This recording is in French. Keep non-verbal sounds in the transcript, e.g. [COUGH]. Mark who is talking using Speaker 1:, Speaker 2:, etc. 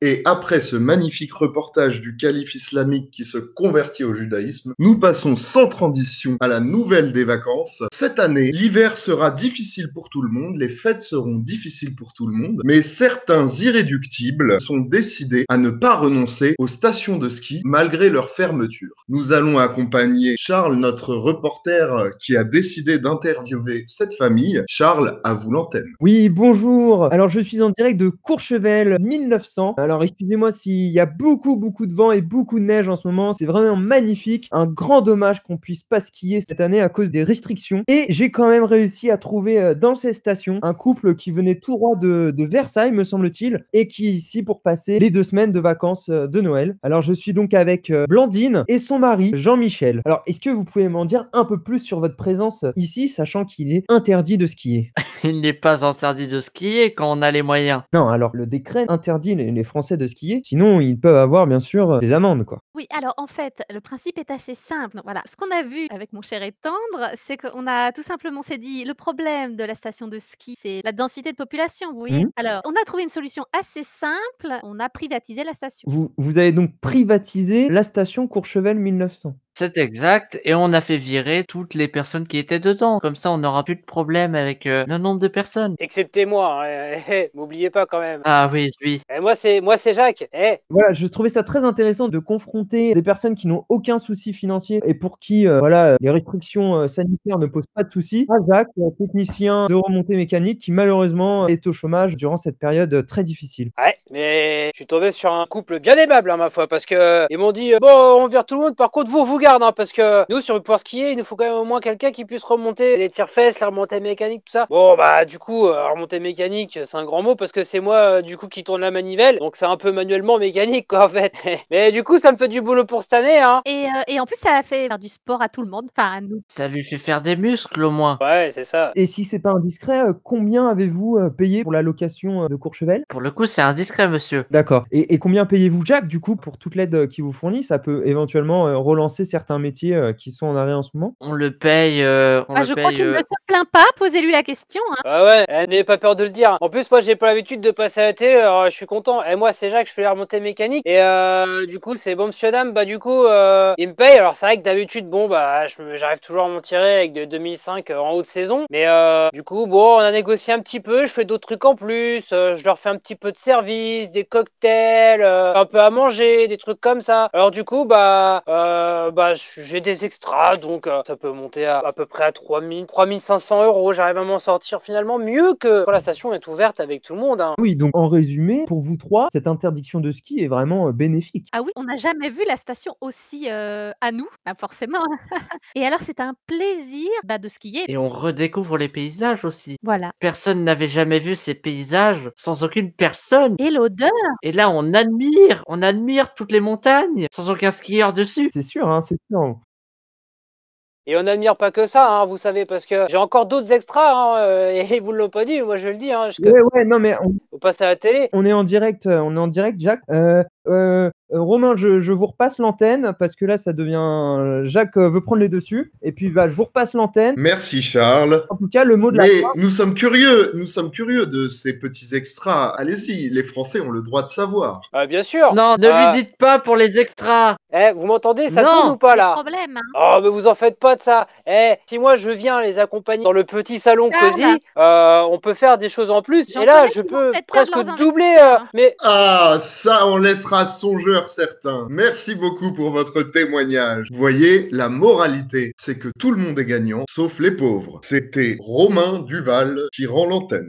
Speaker 1: Et après ce magnifique reportage du calife islamique qui se convertit au judaïsme, nous passons sans transition à la nouvelle des vacances. Cette année, l'hiver sera difficile pour tout le monde, les fêtes seront difficiles pour tout le monde, mais certains irréductibles sont décidés à ne pas renoncer aux stations de ski malgré leur fermeture. Nous allons accompagner Charles, notre reporter qui a décidé d'interviewer cette famille. Charles, à vous l'antenne.
Speaker 2: Oui, bonjour. Alors je suis en direct de Courchevel 1900. Alors excusez-moi s'il y a beaucoup beaucoup de vent et beaucoup de neige en ce moment, c'est vraiment magnifique. Un grand dommage qu'on puisse pas skier cette année à cause des restrictions. Et j'ai quand même réussi à trouver euh, dans ces stations un couple qui venait tout droit de, de Versailles, me semble-t-il, et qui est ici pour passer les deux semaines de vacances euh, de Noël. Alors je suis donc avec euh, Blandine et son mari Jean-Michel. Alors est-ce que vous pouvez m'en dire un peu plus sur votre présence euh, ici, sachant qu'il est interdit de skier
Speaker 3: Il n'est pas interdit de skier quand on a les moyens.
Speaker 2: Non, alors le décret interdit les, les Français de skier, sinon ils peuvent avoir bien sûr euh, des amendes quoi.
Speaker 4: Oui, alors en fait, le principe est assez simple. Donc, voilà, ce qu'on a vu avec mon cher et tendre, c'est qu'on a tout simplement s'est dit le problème de la station de ski, c'est la densité de population, vous voyez. Mmh. Alors, on a trouvé une solution assez simple, on a privatisé la station.
Speaker 2: Vous, vous avez donc privatisé la station Courchevel 1900.
Speaker 3: C'est exact, et on a fait virer toutes les personnes qui étaient dedans. Comme ça, on n'aura plus de problème avec euh, le nombre de personnes.
Speaker 5: Excepté moi, hein, eh, eh, m'oubliez pas quand même.
Speaker 3: Ah oui, oui.
Speaker 5: Eh, moi, c'est moi, c'est Jacques. Eh,
Speaker 2: Voilà, je trouvais ça très intéressant de confronter des personnes qui n'ont aucun souci financier et pour qui, euh, voilà, les restrictions euh, sanitaires ne posent pas de souci. À Jacques, euh, technicien de remontée mécanique, qui malheureusement euh, est au chômage durant cette période euh, très difficile.
Speaker 5: Ouais, mais je suis tombé sur un couple bien aimable, hein, ma foi, parce que ils m'ont dit euh, bon, on vire tout le monde. Par contre, vous, vous garde, hein, parce que nous, sur le pouvoir skier, il nous faut quand même au moins quelqu'un qui puisse remonter les tire-fesses, la remontée mécanique, tout ça. Bon, bah, du coup, euh, remontée mécanique, c'est un grand mot parce que c'est moi, euh, du coup, qui tourne la manivelle, donc c'est un peu manuellement mécanique, quoi, en fait. [LAUGHS] Mais du coup, ça me fait du boulot pour cette année,
Speaker 3: Mmh.
Speaker 5: hein.
Speaker 4: Et, euh, et en plus, ça a fait faire du sport à tout le monde, enfin, à nous.
Speaker 3: Ça lui fait faire des muscles, au moins.
Speaker 5: Ouais, c'est ça.
Speaker 2: Et si c'est pas indiscret, euh, combien avez-vous euh, payé pour la location euh, de Courchevel
Speaker 3: Pour le coup, c'est indiscret, monsieur.
Speaker 2: D'accord. Et, et, combien payez-vous, Jacques, du coup, pour toute l'aide qu'il vous fournit Ça peut éventuellement euh, relancer certains métiers euh, qui sont en arrêt en ce moment
Speaker 3: On le paye. Euh, on
Speaker 4: ah,
Speaker 3: le
Speaker 4: je
Speaker 3: paye,
Speaker 4: crois qu'il
Speaker 3: euh...
Speaker 4: ne se plaint pas, posez-lui la question. Hein.
Speaker 5: Ah ouais, elle n'avait pas peur de le dire. En plus, moi, j'ai pas l'habitude de passer à la télé, alors, euh, je suis content. Et moi, c'est Jacques, je fais la remontée mécanique. Et euh, du coup, c'est bon, monsieur, dame, bah du coup, il me paye. Alors, c'est vrai que d'habitude, bon, bah, j'arrive toujours à m'en tirer avec de 2005 euh, en haute saison. Mais euh, du coup, bon, on a négocié un petit peu, je fais d'autres trucs en plus. euh, je leur fais un petit peu de service, des cocktails, euh, un peu à manger, des trucs comme ça. Alors, du coup, bah, euh, bah, j'ai des extras, donc euh, ça peut monter à à peu près à 3000, 3500 euros. J'arrive à m'en sortir finalement mieux que quand la station est ouverte avec tout le monde. Hein.
Speaker 2: Ah Oui, donc en résumé, pour vous trois, cette interdiction de ski est vraiment euh, bénéfique.
Speaker 4: Ah oui, on n'a jamais vu la station aussi à nous, bah, forcément. [LAUGHS] Et alors, c'est un plaisir bah, de skier.
Speaker 3: Et on redécouvre les paysages aussi.
Speaker 4: Voilà.
Speaker 3: Personne n'avait jamais vu ces paysages sans aucune personne.
Speaker 4: Et l'odeur.
Speaker 3: Et là, on admire, on admire toutes les montagnes sans aucun skieur dessus.
Speaker 2: C'est sûr, hein, c'est sûr.
Speaker 5: Et on n'admire pas que ça, hein, vous savez, parce que j'ai encore d'autres extras, hein, et [LAUGHS] ils vous l'ont pas dit, moi je le dis. Hein,
Speaker 2: ouais, ouais, non, mais on...
Speaker 5: on... passe à la télé.
Speaker 2: On est en direct, on est en direct, Jacques. Euh, euh, Romain, je, je, vous repasse l'antenne, parce que là, ça devient. Jacques veut prendre les dessus, et puis bah, je vous repasse l'antenne.
Speaker 1: Merci, Charles.
Speaker 2: En tout cas, le mot de la.
Speaker 1: Mais
Speaker 2: fois...
Speaker 1: nous sommes curieux, nous sommes curieux de ces petits extras. Allez-y, les Français ont le droit de savoir.
Speaker 5: Ah, bien sûr.
Speaker 3: Non, ne ah.
Speaker 4: Euh.
Speaker 3: lui dites pas pour les extras.
Speaker 5: Eh, vous m'entendez Ça non. tourne ou pas là
Speaker 4: problème, hein.
Speaker 5: Oh, mais vous en faites pas de ça. Eh, si moi je viens les accompagner dans le petit salon ah, cosy, euh, on peut faire des choses en plus. Et là, je peux presque doubler. Euh, mais
Speaker 1: ah, ça, on laissera songeur certains. Merci beaucoup pour votre témoignage. Vous voyez, la moralité, c'est que tout le monde est gagnant, sauf les pauvres. C'était Romain Duval qui rend l'antenne.